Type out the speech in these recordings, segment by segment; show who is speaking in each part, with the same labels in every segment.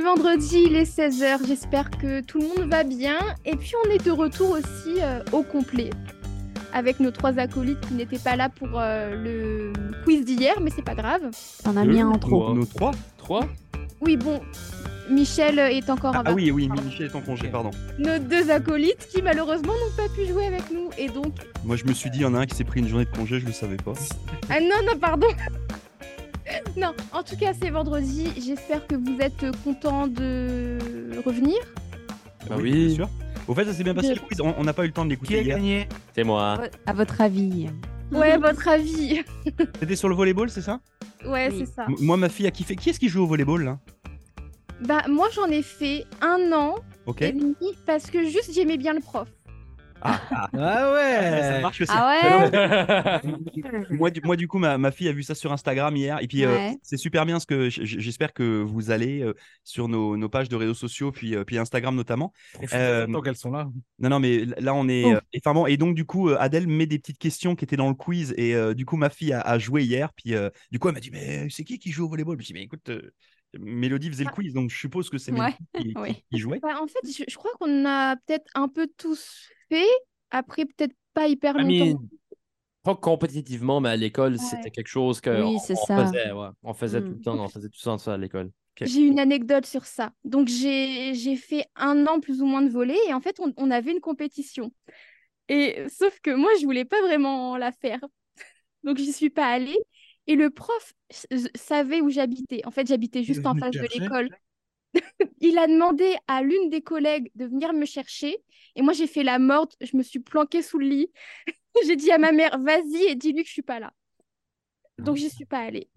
Speaker 1: vendredi, il est 16h. J'espère que tout le monde va bien. Et puis, on est de retour aussi euh, au complet avec nos trois acolytes qui n'étaient pas là pour euh, le quiz d'hier, mais c'est pas grave.
Speaker 2: T'en as mis un en trop.
Speaker 3: Nos, nos trois Ah,
Speaker 4: 3
Speaker 1: Oui, bon, Michel est encore en
Speaker 3: Ah oui, oui, Michel est en congé, pardon.
Speaker 1: Nos deux acolytes qui, malheureusement, n'ont pas pu jouer avec nous. Et donc.
Speaker 3: Moi, je me suis dit, il y en a un qui s'est pris une journée de congé, je le savais pas.
Speaker 1: Ah non, non, pardon Non, en tout cas, c'est vendredi. J'espère que vous êtes contents de revenir.
Speaker 4: Bah
Speaker 3: Oui,
Speaker 4: oui.
Speaker 3: bien sûr. Au fait, ça s'est bien passé
Speaker 1: Bien.
Speaker 3: le quiz, on on n'a pas eu le temps de l'écouter hier.
Speaker 4: gagné C'est
Speaker 3: euh,
Speaker 4: moi.
Speaker 2: À votre avis
Speaker 1: Ouais, votre avis
Speaker 3: C'était sur le volleyball, c'est ça
Speaker 1: Ouais,
Speaker 2: Oui.
Speaker 1: c'est ça.
Speaker 3: M- Moi, ma fille a kiffé. Qui est-ce qui joue au volleyball là
Speaker 1: Bah, moi, j'en ai fait un an
Speaker 3: Ok.
Speaker 1: et demi parce que juste j'aimais bien le prof.
Speaker 5: Ah ouais
Speaker 3: Ça marche aussi.
Speaker 2: Ah
Speaker 3: Moi du, moi, du coup, ma, ma fille a vu ça sur Instagram hier. Et puis, euh,
Speaker 2: Ouais.
Speaker 3: c'est super bien ce que j- j- j'espère que vous allez euh, sur nos, nos pages de réseaux sociaux, puis, euh, puis Instagram notamment. Euh,
Speaker 5: Tant qu'elles sont là.
Speaker 3: Non, non, mais l- là, on est.
Speaker 2: Ouf.
Speaker 3: euh, et, enfin bon, et donc, du coup, euh, Adèle met des petites questions qui étaient dans le quiz. Et euh, du coup, ma fille a, a joué hier. Puis, euh, du coup, elle m'a dit Mais c'est qui qui joue au volleyball Je dis Mais écoute, euh, Mélodie faisait le
Speaker 1: Ah.
Speaker 3: quiz. Donc, je suppose que c'est
Speaker 2: Ouais,
Speaker 3: Mélodie qui, qui-
Speaker 2: oui.
Speaker 3: qui jouait.
Speaker 1: Bah, en fait, je, je crois qu'on a peut-être un peu tous fait. Après, peut-être pas hyper
Speaker 4: Amine.
Speaker 1: longtemps.
Speaker 4: Pas compétitivement, mais à l'école, c'était quelque chose que
Speaker 2: Oui,
Speaker 4: on-
Speaker 2: c'est
Speaker 4: on
Speaker 2: ça.
Speaker 4: faisait. ouais. On faisait
Speaker 2: Mm.
Speaker 4: tout le temps, on faisait tout ça, ça à l'école.
Speaker 1: J'ai une anecdote sur ça. Donc, j'ai j'ai fait un an plus ou moins de volet et en fait, on, on avait une compétition. Et sauf que moi, je voulais pas vraiment la faire. Donc, j'y suis pas allée. Et le prof s- s- savait où j'habitais. En fait, j'habitais juste
Speaker 5: est
Speaker 1: en
Speaker 5: venu
Speaker 1: face
Speaker 5: te
Speaker 1: de
Speaker 5: chercher
Speaker 1: l'école. Il a demandé à l'une des collègues de venir me chercher. Et moi, j'ai fait la morte. Je me suis planquée sous le lit. j'ai dit à ma mère, vas-y et dis-lui que je suis pas là. Donc, j'y suis pas allée.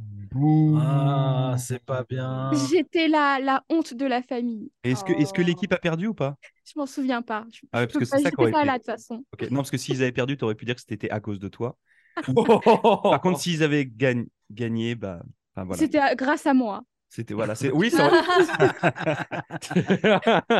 Speaker 5: Ah, c'est pas bien.
Speaker 1: J'étais la, la honte de la famille.
Speaker 3: Est-ce que, est-ce que
Speaker 2: Oh.
Speaker 3: l'équipe a perdu ou pas
Speaker 1: Je m'en souviens pas. Je,
Speaker 3: Ah ouais,
Speaker 1: je
Speaker 3: parce que
Speaker 1: peux
Speaker 3: c'est
Speaker 1: pas-
Speaker 3: ça
Speaker 1: j'étais
Speaker 3: qu'on aurait
Speaker 1: pas
Speaker 3: fait.
Speaker 1: là de toute façon.
Speaker 3: Ok. Non, parce que s'ils avaient perdu, t'aurais pu dire que c'était à cause de toi.
Speaker 4: Par
Speaker 3: Par contre, s'ils avaient gagn- gagné, bah. enfin, voilà.
Speaker 1: Oh, C'était à- grâce à moi.
Speaker 3: C'était. Voilà. c'est- Oui, ça aurait-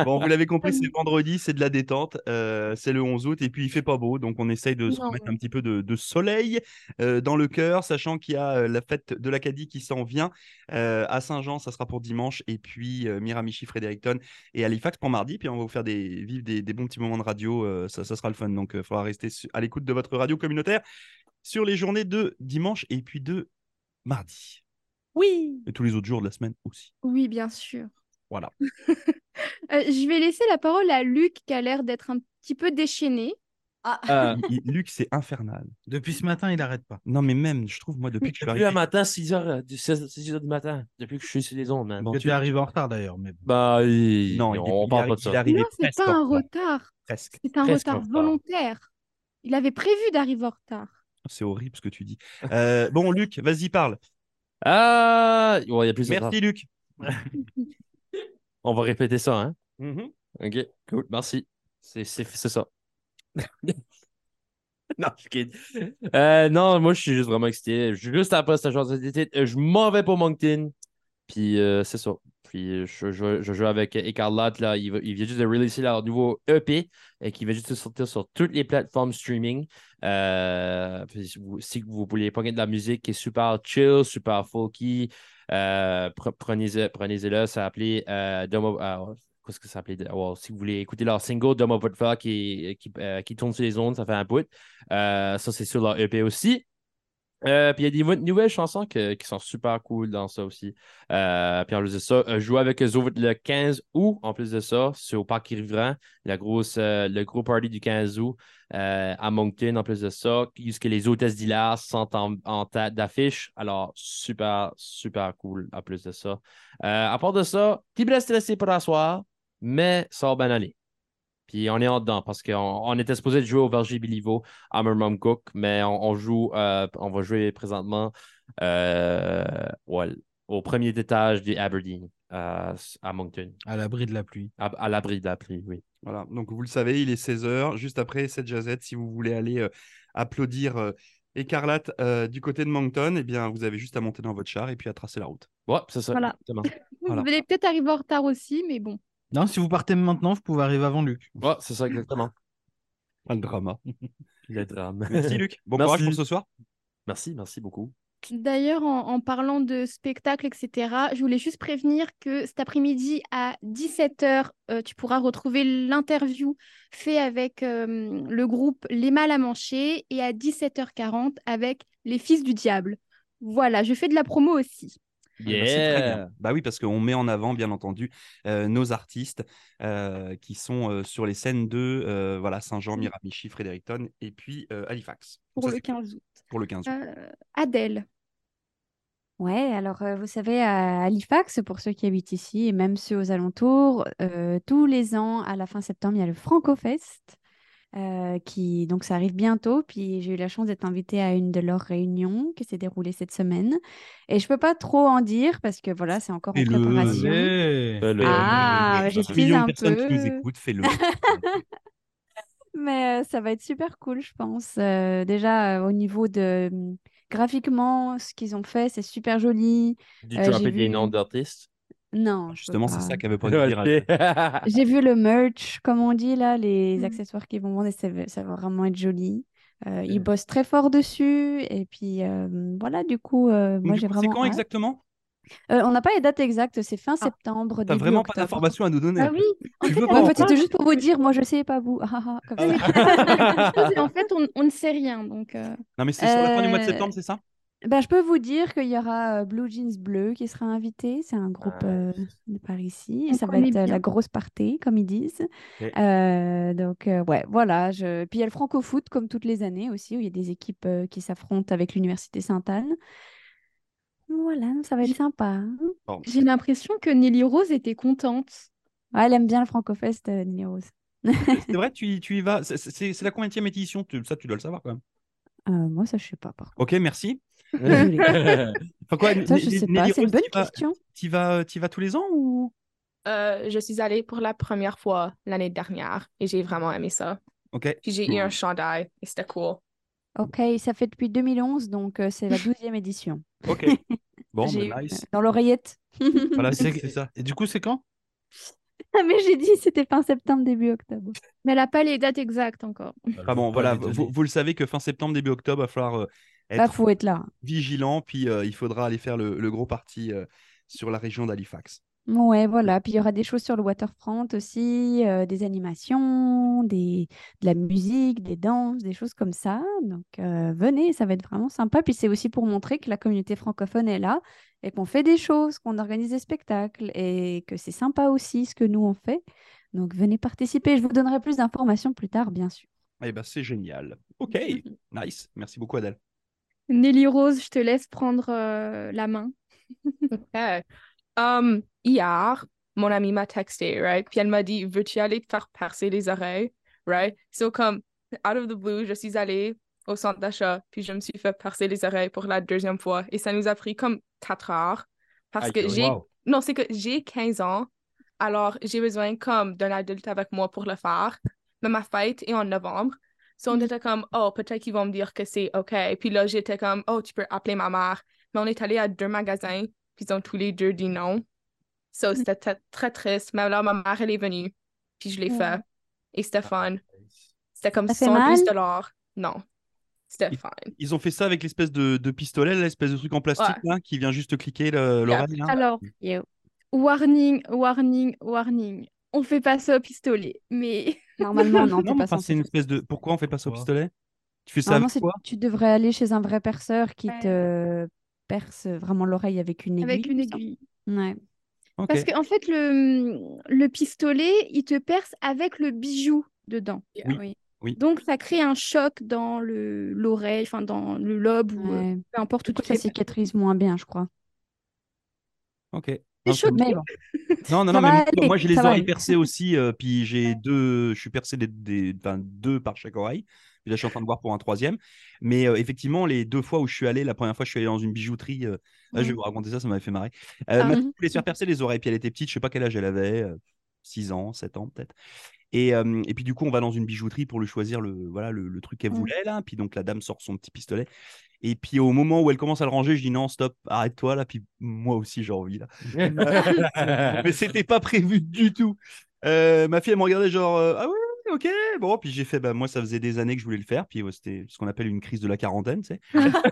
Speaker 3: Bon, vous l'avez compris, c'est vendredi, c'est de la détente, euh, c'est le 11 août et puis il fait pas beau, donc on essaye de se
Speaker 1: Non.
Speaker 3: remettre un petit peu de, de soleil euh, dans le cœur, sachant qu'il y a euh, la fête de l'Acadie qui s'en vient euh, à Saint-Jean, ça sera pour dimanche, et puis euh, Miramichi, Fredericton et Halifax pour mardi, puis on va vous faire des, vivre des, des bons petits moments de radio, euh, ça, ça sera le fun, donc il faudra rester su- à l'écoute de votre radio communautaire sur les journées de dimanche et puis de mardi,
Speaker 1: Oui.
Speaker 3: et tous les autres jours de la semaine aussi.
Speaker 1: Oui, bien sûr.
Speaker 3: Voilà.
Speaker 1: Euh, je vais laisser la parole à Luc qui a l'air d'être un petit peu déchaîné. Ah.
Speaker 4: Euh,
Speaker 3: Il- il- Luc, c'est infernal.
Speaker 5: Depuis ce matin, il arrête pas.
Speaker 3: Non, mais même, je trouve, moi, depuis que je suis
Speaker 4: depuis
Speaker 3: arrivé.
Speaker 4: un matin, 6 heures, euh, du 16 6 heures du matin, depuis que je suis sur les ondes, man.
Speaker 3: Bon,
Speaker 5: Tu
Speaker 3: tu-
Speaker 5: es arrivé en retard d'ailleurs. Mais...
Speaker 4: Bah, il-
Speaker 3: Non, il est-
Speaker 4: on
Speaker 3: il
Speaker 4: parle
Speaker 3: arrive-
Speaker 4: pas de ça.
Speaker 3: il arrive- Ah, Il est
Speaker 1: Non, c'est
Speaker 3: presque
Speaker 1: pas
Speaker 3: en
Speaker 1: un
Speaker 3: retard.
Speaker 1: retard.
Speaker 3: Presque.
Speaker 1: C'est un
Speaker 4: Presque en
Speaker 1: retard
Speaker 4: retard.
Speaker 1: volontaire. Il avait prévu d'arriver en retard.
Speaker 3: C'est horrible ce que tu dis. Euh, bon, Luc, vas-y, parle.
Speaker 4: Ah, ouais, il y a plus de retard.
Speaker 3: Merci, Luc.
Speaker 4: On va répéter ça, hein. Ok, cool, merci. C'est c'est- c'est ça. non, je kid. Euh, non, moi, je suis juste vraiment excité. Juste après cette chance de titre, je m'en vais pour Moncton. Puis, euh, c'est ça. Puis, euh, je, je, je joue avec Écarlate. Là. Il, va- il vient juste de releaser leur nouveau EP et qui va juste de sortir sur toutes les plateformes streaming. Euh, puis si vous, si vous voulez pogner de la musique qui est super chill, super folky, euh, pre- prenez-le. prenez-le. ça s'appelle euh, Dome of- ah, qu'est-ce que ça s'appelait? de- well, si vous voulez écouter leur single Dome of Vodka qui, qui, euh, qui tourne sur les ondes, ça fait un bout. Euh, ça, c'est sur leur EP aussi. Euh, puis il y a des nou- nouvelles chansons que- qui sont super cool dans ça aussi. Euh, puis en plus de ça, euh, jouer avec eux autres le 15 août, en plus de ça, c'est au Parc Riverand, la grosse, euh, le gros party du 15 août euh, à Moncton, en plus de ça, puisque les hôtesses d'Hilaire sont en, en tête d'affiche. Alors, super, super cool, en plus de ça. Euh, à part de ça, petit peu stressé pour la soirée, mais ça va bien aller. Puis on est en dedans parce qu'on on était supposé de jouer au Verger Bilivo à Mom Cook, mais on, on joue, euh, on va jouer présentement euh, ouais, au premier étage des Aberdeen euh, à Moncton,
Speaker 5: À l'abri de la pluie.
Speaker 4: à, à l'abri de la pluie, oui.
Speaker 3: Voilà, donc vous le savez, il est 16h, juste après cette jazette. Si vous voulez aller euh, applaudir euh, Écarlate euh, du côté de Moncton, eh bien, vous avez juste à monter dans votre char et puis à tracer la route.
Speaker 4: Ouais, c'est ça.
Speaker 1: Voilà.
Speaker 4: exactement.
Speaker 3: Voilà.
Speaker 1: Vous allez peut-être arriver en retard aussi, mais bon.
Speaker 5: Non, si vous partez maintenant, vous pouvez arriver avant Luc.
Speaker 4: Ouais, c'est ça, exactement.
Speaker 3: Pas de drama.
Speaker 4: Le drame.
Speaker 3: Merci, Luc. Bon
Speaker 4: Merci.
Speaker 3: courage pour ce soir.
Speaker 4: Merci, merci beaucoup.
Speaker 1: D'ailleurs, en, en parlant de spectacle, etc., je voulais juste prévenir que cet après-midi à 17h, tu pourras retrouver l'interview faite avec euh, le groupe Les Mal à Mancher et à 17h40 avec Les Fils du Diable. Voilà, je fais de la promo aussi.
Speaker 3: Ah bah, c'est très bien. Bah oui, parce qu'on met en avant, bien entendu, euh, nos artistes euh, qui sont euh, sur les scènes de euh, voilà, Saint-Jean,
Speaker 2: Mmh.
Speaker 3: Miramichi, Fredericton et puis euh, Halifax.
Speaker 1: Pour
Speaker 3: Ça,
Speaker 1: le
Speaker 3: c'est cool.
Speaker 1: 15 août.
Speaker 3: Pour le 15 août.
Speaker 1: Euh, Adèle,
Speaker 2: Ouais, alors euh, vous savez, à Halifax, pour ceux qui habitent ici et même ceux aux alentours, euh, tous les ans, à la fin septembre, il y a le Francofest. euh, qui donc ça arrive bientôt puis j'ai eu la chance d'être invitée à une de leurs réunions qui s'est déroulée cette semaine et je peux pas trop en dire parce que voilà c'est encore en
Speaker 3: Fais-le.
Speaker 2: préparation
Speaker 5: Allez.
Speaker 4: Fais-le.
Speaker 2: Ah,
Speaker 3: Euh,
Speaker 2: j'étais
Speaker 3: millions de
Speaker 2: un
Speaker 3: personnes qui nous
Speaker 2: peu-
Speaker 3: écoutent, fais-le.
Speaker 2: Mais euh, ça va être super cool, je pense. Euh, déjà, euh, au niveau de hum, graphiquement, ce qu'ils ont fait, c'est super joli.
Speaker 4: Du
Speaker 2: Euh,
Speaker 4: dropper
Speaker 2: j'ai
Speaker 4: des
Speaker 2: vu-
Speaker 4: noms d'artistes.
Speaker 2: Non, je peux
Speaker 3: Justement, c'est
Speaker 2: pas.
Speaker 3: ça qu'avait pas de dire.
Speaker 4: Ok.
Speaker 2: J'ai vu le merch, comme on dit là, les
Speaker 3: Mmh.
Speaker 1: Mhm.
Speaker 2: accessoires qu'ils vont vendre, et ça va, ça va vraiment être joli. Euh, ils
Speaker 5: Ouais.
Speaker 2: bossent très fort dessus. Et puis euh, voilà, du coup, euh,
Speaker 3: Donc,
Speaker 2: moi
Speaker 3: du
Speaker 2: j'ai
Speaker 3: coup, C'est
Speaker 2: vraiment
Speaker 3: quand
Speaker 2: hâte.
Speaker 3: exactement
Speaker 2: Euh, on n'a pas les dates exactes, c'est fin
Speaker 1: Ah,
Speaker 2: septembre,
Speaker 3: T'as
Speaker 2: début
Speaker 3: vraiment pas
Speaker 2: octobre.
Speaker 3: d'informations à nous donner.
Speaker 1: Ah oui, en
Speaker 3: Tu
Speaker 1: fait,
Speaker 3: veux
Speaker 1: on
Speaker 3: pas
Speaker 2: Ouais, Bah, en
Speaker 3: en
Speaker 2: fait, c'était
Speaker 1: parle.
Speaker 2: juste pour vous dire, moi je sais pas vous. Ah, ah, ah, comme
Speaker 3: Ah
Speaker 2: ça.
Speaker 3: ouais.
Speaker 1: Et en fait, on, on ne sait rien. Donc, euh,
Speaker 3: Non, mais c'est sur la fin du mois de
Speaker 2: Euh,
Speaker 3: septembre, c'est ça
Speaker 2: Ben, je peux vous dire qu'il y aura euh, Blue Jeans Bleu qui sera invité. C'est un groupe
Speaker 4: Nice.
Speaker 2: euh, de par ici. Et
Speaker 1: On
Speaker 2: ça va
Speaker 1: connaît
Speaker 2: être euh,
Speaker 1: bien.
Speaker 2: la grosse partie, comme ils disent.
Speaker 4: Ok.
Speaker 2: Euh, donc, euh, ouais, voilà. Je... Puis il y a le Franco-Foot, comme toutes les années aussi, où il y a des équipes euh, qui s'affrontent avec l'Université Sainte-Anne. Voilà, ça va être
Speaker 1: J'ai-
Speaker 2: sympa. hein.
Speaker 1: j'ai l'impression que Nelly Rose était contente.
Speaker 2: Ouais, Ah, elle aime bien le Francofest, euh, Nelly Rose.
Speaker 3: C'est vrai, tu, y- tu y vas. C'est- C'est c'est la combienième édition Tu- Ça, tu dois le savoir quand même.
Speaker 2: Euh, moi, ça, je sais pas, par contre.
Speaker 3: Ok, merci.
Speaker 2: Désolée.
Speaker 3: Enfin,
Speaker 2: Ça,
Speaker 3: quoi, Né-
Speaker 2: je
Speaker 3: Né-
Speaker 2: sais pas.
Speaker 3: Nelly
Speaker 2: C'est une
Speaker 3: Rose,
Speaker 2: bonne
Speaker 3: t'y vas-
Speaker 2: question.
Speaker 3: T'y vas, t'y vas tous les ans ou
Speaker 6: Euh, je suis allée pour la première fois l'année dernière et j'ai vraiment aimé ça.
Speaker 3: Ok.
Speaker 6: Puis j'ai eu
Speaker 4: Hmm.
Speaker 6: un chandail et c'était cool.
Speaker 2: Ok, ça fait depuis 2011, donc euh, c'est la 12e édition.
Speaker 3: Ok. Bon,
Speaker 2: J'ai eu,
Speaker 3: bah,
Speaker 2: euh,
Speaker 3: nice.
Speaker 2: dans l'oreillette.
Speaker 3: Voilà, c'est
Speaker 5: C'est-
Speaker 3: c'est ça.
Speaker 5: Et du coup, c'est quand
Speaker 2: Ah, mais j'ai dit, c'était fin septembre, début octobre.
Speaker 1: Mais elle n'a pas les dates exactes encore.
Speaker 3: Ah bon,
Speaker 5: Faut pas
Speaker 3: voilà,
Speaker 5: les donner.
Speaker 3: vous, vous le savez que fin septembre, début octobre, il va falloir euh,
Speaker 2: Là,
Speaker 3: être
Speaker 2: Bah, faut être là.
Speaker 3: vigilant, puis euh, il faudra aller faire le, le gros parti euh, sur la région d'Halifax.
Speaker 2: Ouais, voilà. Puis il y aura des choses sur le waterfront aussi, euh, des animations, des... de la musique, des danses, des choses comme ça. Donc euh, venez, ça va être vraiment sympa. Puis c'est aussi pour montrer que la communauté francophone est là et qu'on fait des choses, qu'on organise des spectacles et que c'est sympa aussi ce que nous on fait. Donc venez participer. Je vous donnerai plus d'informations plus tard, bien sûr.
Speaker 3: Eh ben, c'est génial. Ok, nice. Merci beaucoup, Adèle.
Speaker 1: Nelly Rose, je te laisse prendre euh, la main.
Speaker 6: Ok. Um, hier, mon amie m'a texté, right? Puis elle m'a dit, veux-tu aller te faire percer les oreilles, right? So comme, out of the blue, je suis allée au centre d'achat, puis je me suis fait percer les oreilles pour la deuxième fois. Et ça nous a pris comme quatre heures. Parce
Speaker 4: Aïe,
Speaker 6: que
Speaker 4: aïe.
Speaker 6: j'ai... Non, c'est que j'ai 15 ans, alors j'ai besoin comme d'un adulte avec moi pour le faire. Mais ma fête est en novembre. So on
Speaker 2: Mm-hmm.
Speaker 1: Mhm.
Speaker 6: était comme, oh, peut-être qu'ils vont me dire que c'est OK. Puis là, j'étais comme, oh, tu peux appeler ma mère. Mais on est allé à deux magasins, puis ils ont tous les deux dit non.
Speaker 2: Mm-hmm.
Speaker 6: So c'était très, très triste. Mais alors, ma mère, elle est venue, puis je l'ai
Speaker 2: Ouais.
Speaker 6: fait. Et c'était fun. C'était comme
Speaker 2: Ça fait
Speaker 6: 112
Speaker 2: mal?
Speaker 6: dollars. Non, c'était fun.
Speaker 3: Ils ont fait ça avec l'espèce de, de pistolet, là, l'espèce de truc en plastique là, qui vient juste cliquer le- l'oreille. là.
Speaker 1: Alors,
Speaker 2: Yo.
Speaker 1: warning, warning, warning. On fait pas ça au pistolet. Mais
Speaker 2: Normalement, non, t'es
Speaker 3: Non, mais
Speaker 2: pas
Speaker 3: enfin,
Speaker 2: censé
Speaker 3: c'est une
Speaker 2: faire ça.
Speaker 3: espèce de. Pourquoi on fait pas ça au
Speaker 5: Pourquoi
Speaker 3: pistolet Tu fais ça
Speaker 2: Normalement,
Speaker 3: avec
Speaker 2: c'est-
Speaker 3: quoi
Speaker 2: tu devrais aller chez un vrai perceur qui
Speaker 1: Ouais.
Speaker 2: te perce vraiment l'oreille avec une aiguille.
Speaker 1: avec une
Speaker 2: il me semble.
Speaker 1: aiguille.
Speaker 2: Ouais.
Speaker 3: Ok.
Speaker 1: Parce qu'en fait, le, le pistolet, il te perce avec le bijou dedans.
Speaker 3: Oui, oui.
Speaker 1: Donc, ça crée un choc dans le- l'oreille, enfin, dans le lobe ou euh,
Speaker 2: Ouais. bah.
Speaker 1: peu importe où
Speaker 2: Du coup,
Speaker 1: tu
Speaker 2: ça
Speaker 1: fais.
Speaker 2: cicatrise moins bien, je crois.
Speaker 3: Ok.
Speaker 1: C'est
Speaker 3: Non,
Speaker 1: chaud.
Speaker 2: Mais bon,
Speaker 3: Non,
Speaker 2: Ça
Speaker 3: non, non, mais
Speaker 2: va
Speaker 3: moi,
Speaker 2: aller,
Speaker 3: moi, j'ai les
Speaker 2: ça va
Speaker 3: oreilles
Speaker 2: aller.
Speaker 3: percées aussi, euh, puis j'ai deux, je suis percé des, des- enfin, deux par chaque oreille. Puis là, je suis en train de voir pour un troisième. Mais euh, effectivement, les deux fois où je suis allé, la première fois, je suis allé dans une bijouterie. euh, là, je vais vous raconter ça, ça m'avait fait marrer. Euh,
Speaker 1: Ah.
Speaker 3: ma tante voulait se faire percer les oreilles, puis elle était petite, je sais pas quel âge elle avait, 6 ans, 7 ans peut-être. Et, euh, et puis du coup, on va dans une bijouterie pour lui choisir le, voilà, le, le truc qu'elle
Speaker 2: Mm.
Speaker 3: voulait, là. Puis donc, la dame sort son petit pistolet. Et puis au moment où elle commence à le ranger, je dis non, stop, arrête-toi là. Puis moi aussi, j'ai envie là. mais c'était pas prévu du tout. Euh, ma fille, elle me regardait genre euh, Ah ouais, ouais, ok, bon. Puis j'ai fait, bah, moi, ça faisait des années que je voulais le faire. Puis ouais, c'était ce qu'on appelle une crise de la quarantaine, tu sais.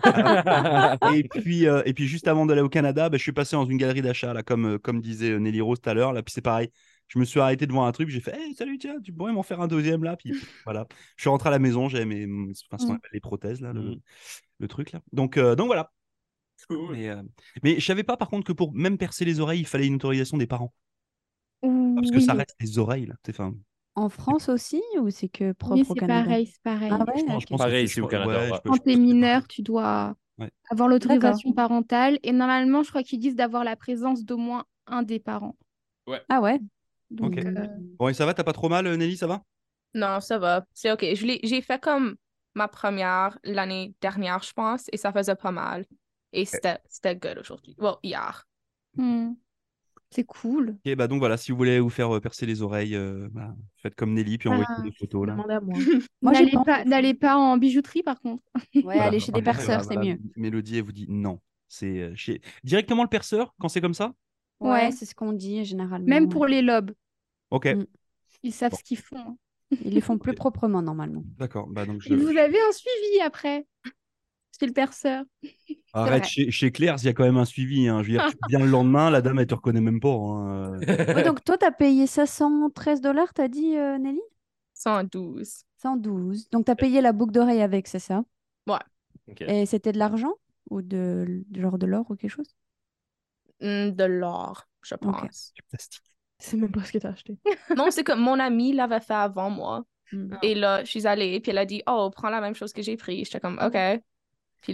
Speaker 1: Ah.
Speaker 3: et puis, euh, et puis juste avant d'aller au Canada, bah, je suis passé dans une galerie d'achat là, comme, euh, comme disait Nelly Rose tout à l'heure. Là, puis c'est pareil. Je me suis arrêté devant un truc, j'ai fait hey, salut tiens, tu pourrais m'en faire un deuxième là." Puis voilà, je suis rentré à la maison, j'avais mes enfin, ce qu'on
Speaker 1: Mm.
Speaker 3: appelle les prothèses là, le,
Speaker 4: Mm.
Speaker 3: le truc là. Donc euh, donc voilà.
Speaker 4: Cool.
Speaker 3: Mais, euh, mais je savais pas par contre que pour même percer les oreilles, il fallait une autorisation des parents Ah, parce que ça
Speaker 1: Oui.
Speaker 3: reste les oreilles là. C'est- Enfin,
Speaker 2: En France aussi ou c'est que propre
Speaker 1: Oui,
Speaker 2: au
Speaker 1: c'est
Speaker 2: Canada
Speaker 1: pareil, c'est pareil.
Speaker 2: Ah ouais,
Speaker 3: je pense-
Speaker 2: ok.
Speaker 3: je pense que
Speaker 4: Pareil
Speaker 3: c'est-
Speaker 4: ici au
Speaker 3: je crois-
Speaker 4: Canada,
Speaker 3: ouais, je
Speaker 4: ouais.
Speaker 3: peux-
Speaker 1: Quand
Speaker 3: je
Speaker 1: t'es
Speaker 3: peux-
Speaker 1: mineur, tu dois
Speaker 3: Ouais.
Speaker 1: avoir l'autorisation parentale. Et normalement, je crois qu'ils disent d'avoir la présence d'au moins un des parents.
Speaker 2: Ah ouais.
Speaker 1: Donc,
Speaker 3: Ok.
Speaker 1: euh,
Speaker 3: Bon, et ça va, t'as pas trop mal, euh, Nelly, ça va
Speaker 6: Non, ça va. C'est OK. Je l'ai- j'ai fait comme ma première l'année dernière, je pense, et ça faisait pas mal. Et c'était c'était good aujourd'hui. Well, hier.
Speaker 1: hmm. c'est cool.
Speaker 3: Ok, bah donc voilà, si vous voulez vous faire euh, percer les oreilles, euh, bah, faites comme Nelly, puis
Speaker 2: Ah,
Speaker 3: envoyez-nous des photos là.
Speaker 7: Demande à moi.
Speaker 2: Moi, j'ai
Speaker 1: N'allez
Speaker 2: pas envie
Speaker 1: pas,
Speaker 2: de
Speaker 1: n'allez pas en bijouterie, par contre.
Speaker 2: Ouais,
Speaker 3: Bah,
Speaker 2: aller chez des
Speaker 3: Voilà,
Speaker 2: perceurs, c'est
Speaker 3: voilà,
Speaker 2: mieux.
Speaker 3: Mélodie, elle vous dit non. C'est euh, chez... directement le perceur quand c'est comme ça
Speaker 1: Ouais.
Speaker 2: Ouais, c'est ce qu'on dit généralement.
Speaker 1: Même pour les lobes,
Speaker 3: Ok,
Speaker 2: Mm.
Speaker 1: ils savent
Speaker 3: Bon.
Speaker 1: ce qu'ils font. hein.
Speaker 2: Ils les font plus
Speaker 3: Ok.
Speaker 2: proprement normalement.
Speaker 3: d'accord. Bah, donc
Speaker 1: Et
Speaker 3: je...
Speaker 1: vous avez un suivi après. C'est le perceur.
Speaker 3: Arrête,
Speaker 1: vrai.
Speaker 3: chez, chez Claire's, il y a quand même un suivi. hein. Je veux dire, tu viens le lendemain, la dame, elle te reconnaît même pas. hein.
Speaker 2: Ouais, donc toi, t'as payé 513 dollars, t'as dit euh, Nelly
Speaker 6: 112.
Speaker 2: 112. Donc t'as payé la boucle d'oreille avec, c'est ça
Speaker 4: Ok.
Speaker 2: Et c'était de l'argent ou de du genre de l'or ou quelque chose
Speaker 6: Mm, De l'or, je pense.
Speaker 3: Du plastique.
Speaker 7: C'est même pas ce que t'as acheté.
Speaker 6: Non, c'est que mon amie l'avait fait avant moi.
Speaker 2: Mm.
Speaker 6: Et là, je suis allée, puis elle a dit, Oh, prends la même chose que j'ai pris. J'étais comme, OK. Puis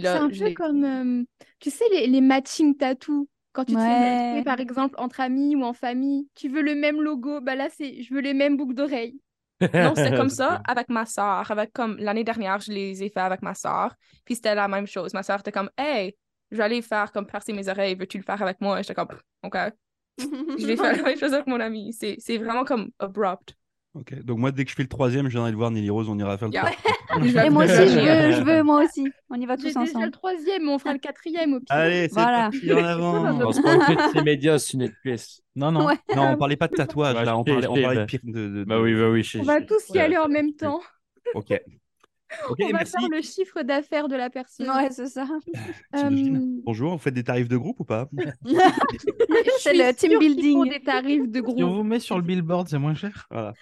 Speaker 1: C'est
Speaker 6: là,
Speaker 1: un
Speaker 6: je
Speaker 1: peu
Speaker 6: l'ai-
Speaker 1: comme, euh, tu sais, les, les matching tattoos. Quand tu te fais
Speaker 2: Ouais.
Speaker 1: tatouer, par exemple, entre amis ou en famille, tu veux le même logo. Bah là, c'est je veux les mêmes boucles d'oreilles.
Speaker 6: Non, c'est comme ça avec ma soeur. Avec comme l'année dernière, je les ai fait avec ma soeur. Puis c'était la même chose. Ma soeur était comme, hey, je vais aller faire comme percer mes oreilles. Veux-tu le faire avec moi? Et J'étais comme, ok. Je vais faire la même chose avec mon ami. C'est c'est vraiment comme abrupt.
Speaker 3: Ok, donc moi, dès que je fais le troisième, je viendrai le voir Nelly Rose, on ira faire le
Speaker 2: Ah
Speaker 6: Yeah.
Speaker 3: troisième.
Speaker 6: Je vais-
Speaker 2: Et moi aussi,
Speaker 4: bien.
Speaker 2: je veux, je veux, moi aussi. On y va
Speaker 1: J'ai
Speaker 2: tous
Speaker 1: déjà le
Speaker 2: ensemble.
Speaker 1: troisième, mais on fera le quatrième au pire.
Speaker 3: Allez, c'est
Speaker 2: Voilà.
Speaker 3: parti, en avant
Speaker 4: On se profite de ces médias sur Netflix.
Speaker 5: Non, non.
Speaker 2: Ouais.
Speaker 3: Non, on parlait pas de tatouage,
Speaker 4: Ouais,
Speaker 3: là, on
Speaker 4: je sais,
Speaker 3: parlait,
Speaker 4: je
Speaker 3: on
Speaker 4: sais,
Speaker 3: parlait de
Speaker 4: bah.
Speaker 3: pire de... de-
Speaker 4: Bah oui, bah oui. je-
Speaker 1: On va
Speaker 4: je-
Speaker 1: tous y
Speaker 4: euh,
Speaker 1: aller en même temps.
Speaker 3: Ok. Ok,
Speaker 1: on va
Speaker 3: merci.
Speaker 1: faire le chiffre d'affaires de la personne.
Speaker 2: Ouais, c'est ça.
Speaker 3: T'imagines
Speaker 1: Euh,
Speaker 3: Bonjour, vous faites des tarifs de groupe ou pas
Speaker 1: mais je
Speaker 2: C'est
Speaker 1: suis
Speaker 2: le team
Speaker 1: sûre qu'ils
Speaker 2: building.
Speaker 1: font des tarifs de
Speaker 5: Si on
Speaker 1: groupe.
Speaker 5: vous met sur le billboard, c'est moins cher.
Speaker 3: Voilà.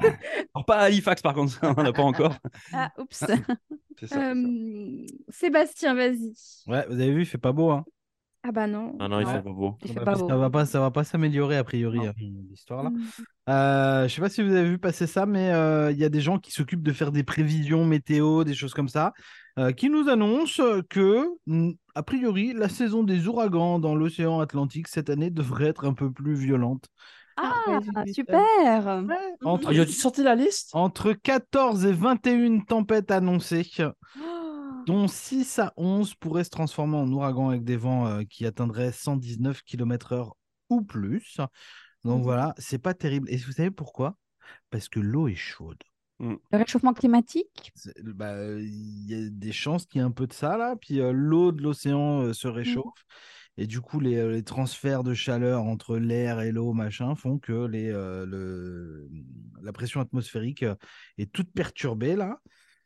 Speaker 3: Alors, pas à Halifax, par contre, ça, on n'a pas encore.
Speaker 2: Ah, oups.
Speaker 3: C'est ça, c'est ça.
Speaker 1: Euh, Sébastien, vas-y.
Speaker 5: Ouais, vous avez vu, il fait pas beau. Hein.
Speaker 1: Ah bah non.
Speaker 4: Ah non, il
Speaker 2: Ouais.
Speaker 4: fait pas beau.
Speaker 2: Il fait
Speaker 5: Ouais,
Speaker 2: pas
Speaker 5: puis
Speaker 2: beau. Mm.
Speaker 5: Ça va pas, ça va pas s'améliorer a priori
Speaker 3: Non.
Speaker 5: euh, l'histoire là. Euh, je sais pas si vous avez vu passer ça, mais euh, il y a des gens qui s'occupent de faire des prévisions météo, des choses comme ça, euh, qui nous annoncent que mm, a priori la saison des ouragans dans l'océan Atlantique cette année devrait être un peu plus violente.
Speaker 2: Ah,
Speaker 5: ouais, j'ai vu ça.
Speaker 2: super.
Speaker 5: Entre,
Speaker 4: il a Ah, dû sortir la liste
Speaker 5: entre 14 et 21 tempêtes annoncées, dont 6 à 11 pourraient se transformer en ouragan avec des vents euh, qui atteindraient 119 km/h ou plus. Donc voilà, c'est pas terrible. Et vous savez pourquoi Parce que l'eau est chaude.
Speaker 2: Le réchauffement climatique.
Speaker 5: C'est- bah, euh, Il y a des chances qu'il y ait un peu de ça là, puis euh, l'eau de l'océan euh, se réchauffe. Et du coup, les, euh, les transferts de chaleur entre l'air et l'eau, machin, font que les, euh, le- la pression atmosphérique euh, est toute perturbée là.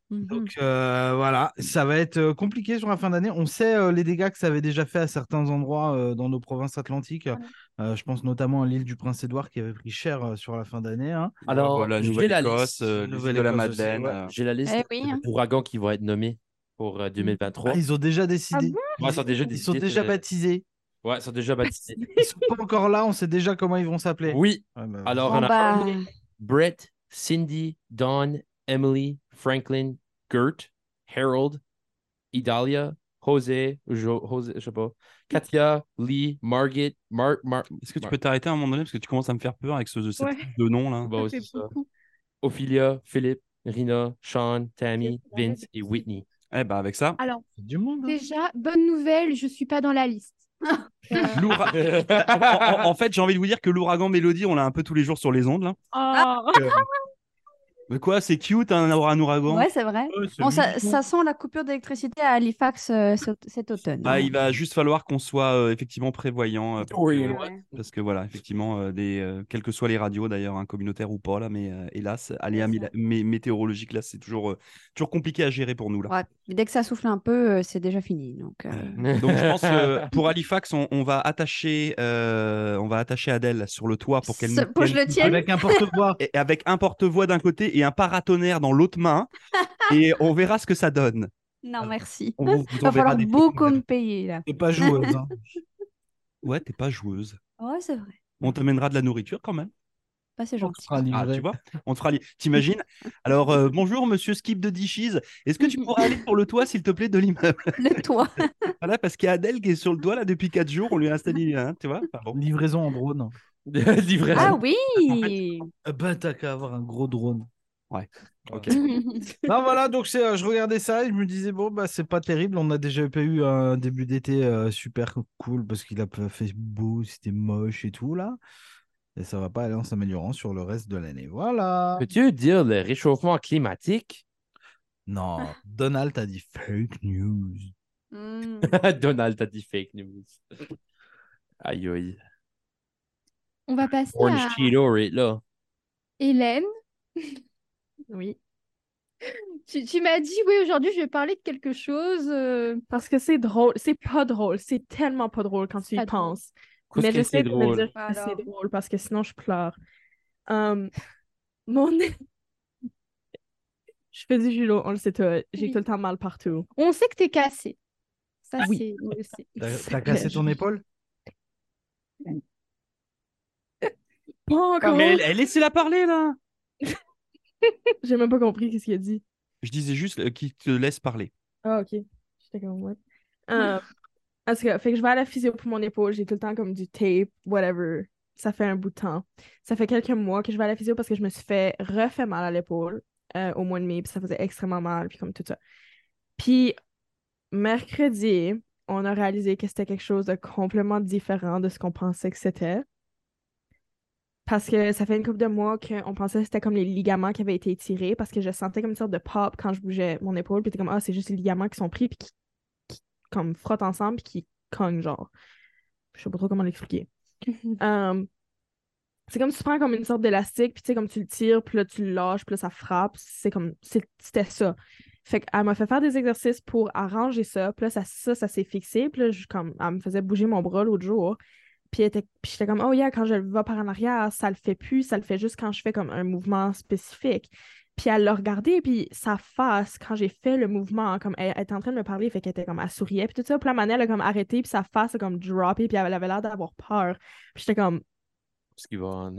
Speaker 2: Mhm.
Speaker 5: Donc euh, voilà, ça va être euh, compliqué sur la fin d'année. On sait euh, les dégâts que ça avait déjà fait à certains endroits euh, dans nos provinces atlantiques. Euh, je pense notamment à l'île du Prince-Édouard qui avait pris cher euh, sur la fin d'année. hein.
Speaker 4: Alors,
Speaker 3: Voilà,
Speaker 4: j'ai la
Speaker 3: Nouvelle-Écosse,
Speaker 4: liste.
Speaker 3: euh,
Speaker 5: Nouvelle-Écosse
Speaker 3: l'île de la
Speaker 5: aussi,
Speaker 3: Madeleine.
Speaker 5: ouais.
Speaker 3: euh,
Speaker 4: J'ai la liste
Speaker 2: Eh oui. hein.
Speaker 4: des ouragans qui vont être nommés pour euh, 2023.
Speaker 5: Ah, ils ont déjà décidé.
Speaker 4: Ouais, ils sont déjà
Speaker 5: Ils sont
Speaker 4: décidés,
Speaker 5: déjà
Speaker 4: euh,
Speaker 5: baptisés.
Speaker 4: Ouais, ils sont déjà baptisés.
Speaker 5: Ils sont pas encore là, on sait déjà comment ils vont s'appeler.
Speaker 4: Oui,
Speaker 5: Ouais, mais-
Speaker 4: alors
Speaker 2: Bon,
Speaker 4: on a
Speaker 2: bah,
Speaker 4: Brett, Cindy, Dawn, Emily, Franklin, Gert, Harold, Idalia, José, Jo- José, je sais pas, Katia, Lee, Margaret, Mar, Mar,
Speaker 3: Est-ce que tu
Speaker 4: Ouais.
Speaker 3: peux t'arrêter à un moment donné parce que tu commences à me faire peur avec ce, cette
Speaker 1: Ouais.
Speaker 3: liste de noms là
Speaker 4: bah,
Speaker 1: Ça
Speaker 4: c'est
Speaker 1: fait
Speaker 4: ça.
Speaker 1: beaucoup.
Speaker 4: Ophelia, Philippe, Rina, Sean, Tammy,
Speaker 1: C'est vrai,
Speaker 4: Vince et Whitney.
Speaker 3: Eh bah avec ça,
Speaker 1: Alors,
Speaker 5: C'est du monde. hein.
Speaker 1: déjà, bonne nouvelle, je suis pas dans la liste. Ah.
Speaker 3: l'oura- en, en- en fait, j'ai envie de vous dire que l'ouragan Mélodie, on l'a un peu tous les jours sur les ondes là.
Speaker 1: Oh.
Speaker 3: Donc, euh, Mais quoi, c'est cute un, un ouragan
Speaker 2: Ouais, c'est vrai.
Speaker 3: Ouais, c'est
Speaker 2: Bon, ça,
Speaker 3: mignon.
Speaker 2: ça sent la coupure d'électricité à Halifax euh, ce- cet automne.
Speaker 3: Bah, il va juste falloir qu'on soit euh, effectivement prévoyant. euh, parce, que,
Speaker 4: Oui.
Speaker 2: Ouais.
Speaker 3: parce que voilà, effectivement, euh, des, euh, quelles que soient les radios d'ailleurs, hein, communautaires ou pas, là, mais euh, hélas, aléas
Speaker 2: C'est
Speaker 3: mila- mé- météorologiques, là, c'est toujours, euh, toujours compliqué à gérer pour nous. Là.
Speaker 2: Ouais. Mais Dès que ça souffle un peu, euh, c'est déjà fini. Donc, euh,
Speaker 3: Donc je pense que pour Halifax, on, on va attacher, euh, on va attacher Adèle sur le toit pour qu'elle
Speaker 2: ce-
Speaker 3: nous
Speaker 2: pour que je
Speaker 3: tienne
Speaker 2: le tienne.
Speaker 5: Avec un porte-voix.
Speaker 3: et- avec un porte-voix d'un côté et un paratonnerre dans l'autre main, et on verra ce que ça donne.
Speaker 2: Non, merci.
Speaker 3: On vous- vous
Speaker 2: Il va
Speaker 3: enverra
Speaker 2: falloir
Speaker 3: des trucs.
Speaker 2: beaucoup me payer là.
Speaker 5: T'es pas joueuse. hein.
Speaker 3: Ouais, t'es pas joueuse.
Speaker 2: Ouais, c'est vrai.
Speaker 3: On t'amènera de la nourriture quand même.
Speaker 2: Bah, c'est
Speaker 5: On
Speaker 2: gentil.
Speaker 5: sera
Speaker 3: Ah,
Speaker 5: livré.
Speaker 3: tu vois, on te fera. li- T'imagines Alors euh, bonjour, Monsieur Skip de Dishes. Est-ce que tu pourrais aller pour le toit, s'il te plaît, de l'immeuble
Speaker 2: Le toit.
Speaker 3: Voilà, parce qu'il y a Adèle qui est sur le toit là depuis 4 jours. On lui a installé, hein, tu vois. Enfin, bon.
Speaker 5: Livraison en drone.
Speaker 4: Livraison.
Speaker 2: Ah oui
Speaker 5: Ah Bah, t'as qu'à avoir un gros drone.
Speaker 3: Ok.
Speaker 5: Non, voilà, donc c'est, euh, je regardais ça et je me disais, bon, bah, c'est pas terrible. On a déjà eu un début d'été euh, super cool parce qu'il a pas fait beau, c'était moche et tout, là. Et ça va pas aller en s'améliorant sur le reste de l'année. Voilà.
Speaker 4: Peux-tu dire le réchauffement climatique
Speaker 5: Non, Donald a dit fake news.
Speaker 2: Hmm.
Speaker 4: Donald a dit fake news. Aïe aïe.
Speaker 1: On va passer
Speaker 4: Orange
Speaker 1: à
Speaker 4: Cheeto, right là.
Speaker 1: Hélène.
Speaker 2: Oui.
Speaker 1: Tu, tu m'as dit, oui, aujourd'hui, je vais parler de quelque chose. euh,
Speaker 7: Parce que c'est drôle. C'est pas drôle. C'est tellement pas drôle quand tu y
Speaker 1: Pas drôle.
Speaker 7: penses.
Speaker 4: Qu'est-ce
Speaker 7: Mais
Speaker 4: que
Speaker 7: je
Speaker 4: c'est
Speaker 7: sais de me
Speaker 4: drôle?
Speaker 7: dire que
Speaker 2: Alors.
Speaker 7: c'est drôle parce que sinon je pleure. Hum, mon... je fais du judo, on le sait tout. J'ai
Speaker 1: Oui.
Speaker 7: tout le temps mal partout.
Speaker 1: On sait que t'es cassée. Ça,
Speaker 7: Oui.
Speaker 1: c'est. on le sait.
Speaker 5: T'as t'as cassé ton épaule
Speaker 7: Pas encore.
Speaker 3: Mais elle, elle laissez-la parler là.
Speaker 7: J'ai même pas compris qu'est-ce qu'il a dit.
Speaker 3: Je disais juste euh, qu'il te laisse parler.
Speaker 7: Ah, ok. J'étais comme, what? Euh, en tout cas, fait que je vais à la physio pour mon épaule. J'ai tout le temps comme du tape, whatever. Ça fait un bout de temps. Ça fait quelques mois que je vais à la physio parce que je me suis fait refait mal à l'épaule euh, au mois de mai. Puis ça faisait extrêmement mal, puis comme tout ça. Puis mercredi, on a réalisé que c'était quelque chose de complètement différent de ce qu'on pensait que c'était. Parce que ça fait une couple de mois qu'on pensait que c'était comme les ligaments qui avaient été tirés, parce que je sentais comme une sorte de pop quand je bougeais mon épaule, puis t'es comme, ah, c'est juste les ligaments qui sont pris, puis qui, qui, comme frottent ensemble, puis qui cognent, genre. Je sais pas trop comment l'expliquer. Um, c'est comme tu prends comme une sorte d'élastique, puis tu sais, comme tu le tires, puis là, tu le lâches, puis là, ça frappe. C'est comme, c'est- c'était ça. Fait qu'elle m'a fait faire des exercices pour arranger ça, puis là, ça, ça, ça s'est fixé, puis là, je, comme, elle me faisait bouger mon bras l'autre jour. Puis, elle était- puis j'étais comme, oh yeah, quand je le vois par en arrière, ça le fait plus, ça le fait juste quand je fais comme un mouvement spécifique. Puis elle l'a regardé, puis sa face, quand j'ai fait le mouvement, comme elle, elle était en train de me parler, fait qu'elle était comme, elle souriait, puis tout ça. Puis la manière, elle a comme arrêté, puis sa face a comme droppé, puis elle avait l'air d'avoir peur. Puis j'étais comme,
Speaker 4: Qu'est-ce qui va en-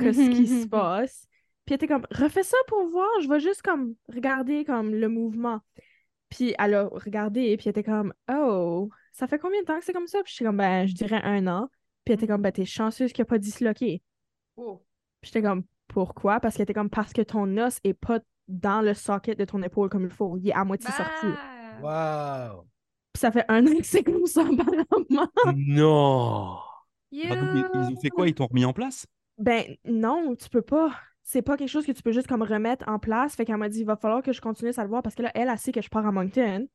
Speaker 7: qu'est-ce qui se passe. Puis elle était comme, refais ça pour voir, je vais juste comme regarder comme le mouvement. Puis elle a regardé, puis elle était comme, oh, ça fait combien de temps que c'est comme ça? Puis j'étais comme, ben, je dirais un an. Puis elle était comme, ben, t'es chanceuse qu'il a pas disloqué. Puis j'étais comme, pourquoi? Parce qu'elle était comme, parce que ton os est pas dans le socket de ton épaule comme il faut, il est à moitié sorti.
Speaker 2: Bah.
Speaker 5: Waouh
Speaker 7: Puis ça fait un an que c'est comme ça, apparemment.
Speaker 4: Non!
Speaker 3: Bah, donc, ils, ils ont fait quoi Ils t'ont remis en place
Speaker 7: Ben non, tu peux pas. C'est pas quelque chose que tu peux juste comme remettre en place. Fait qu'elle m'a dit, il va falloir que je continue à le voir parce que là, elle, elle sait que je pars à Moncton.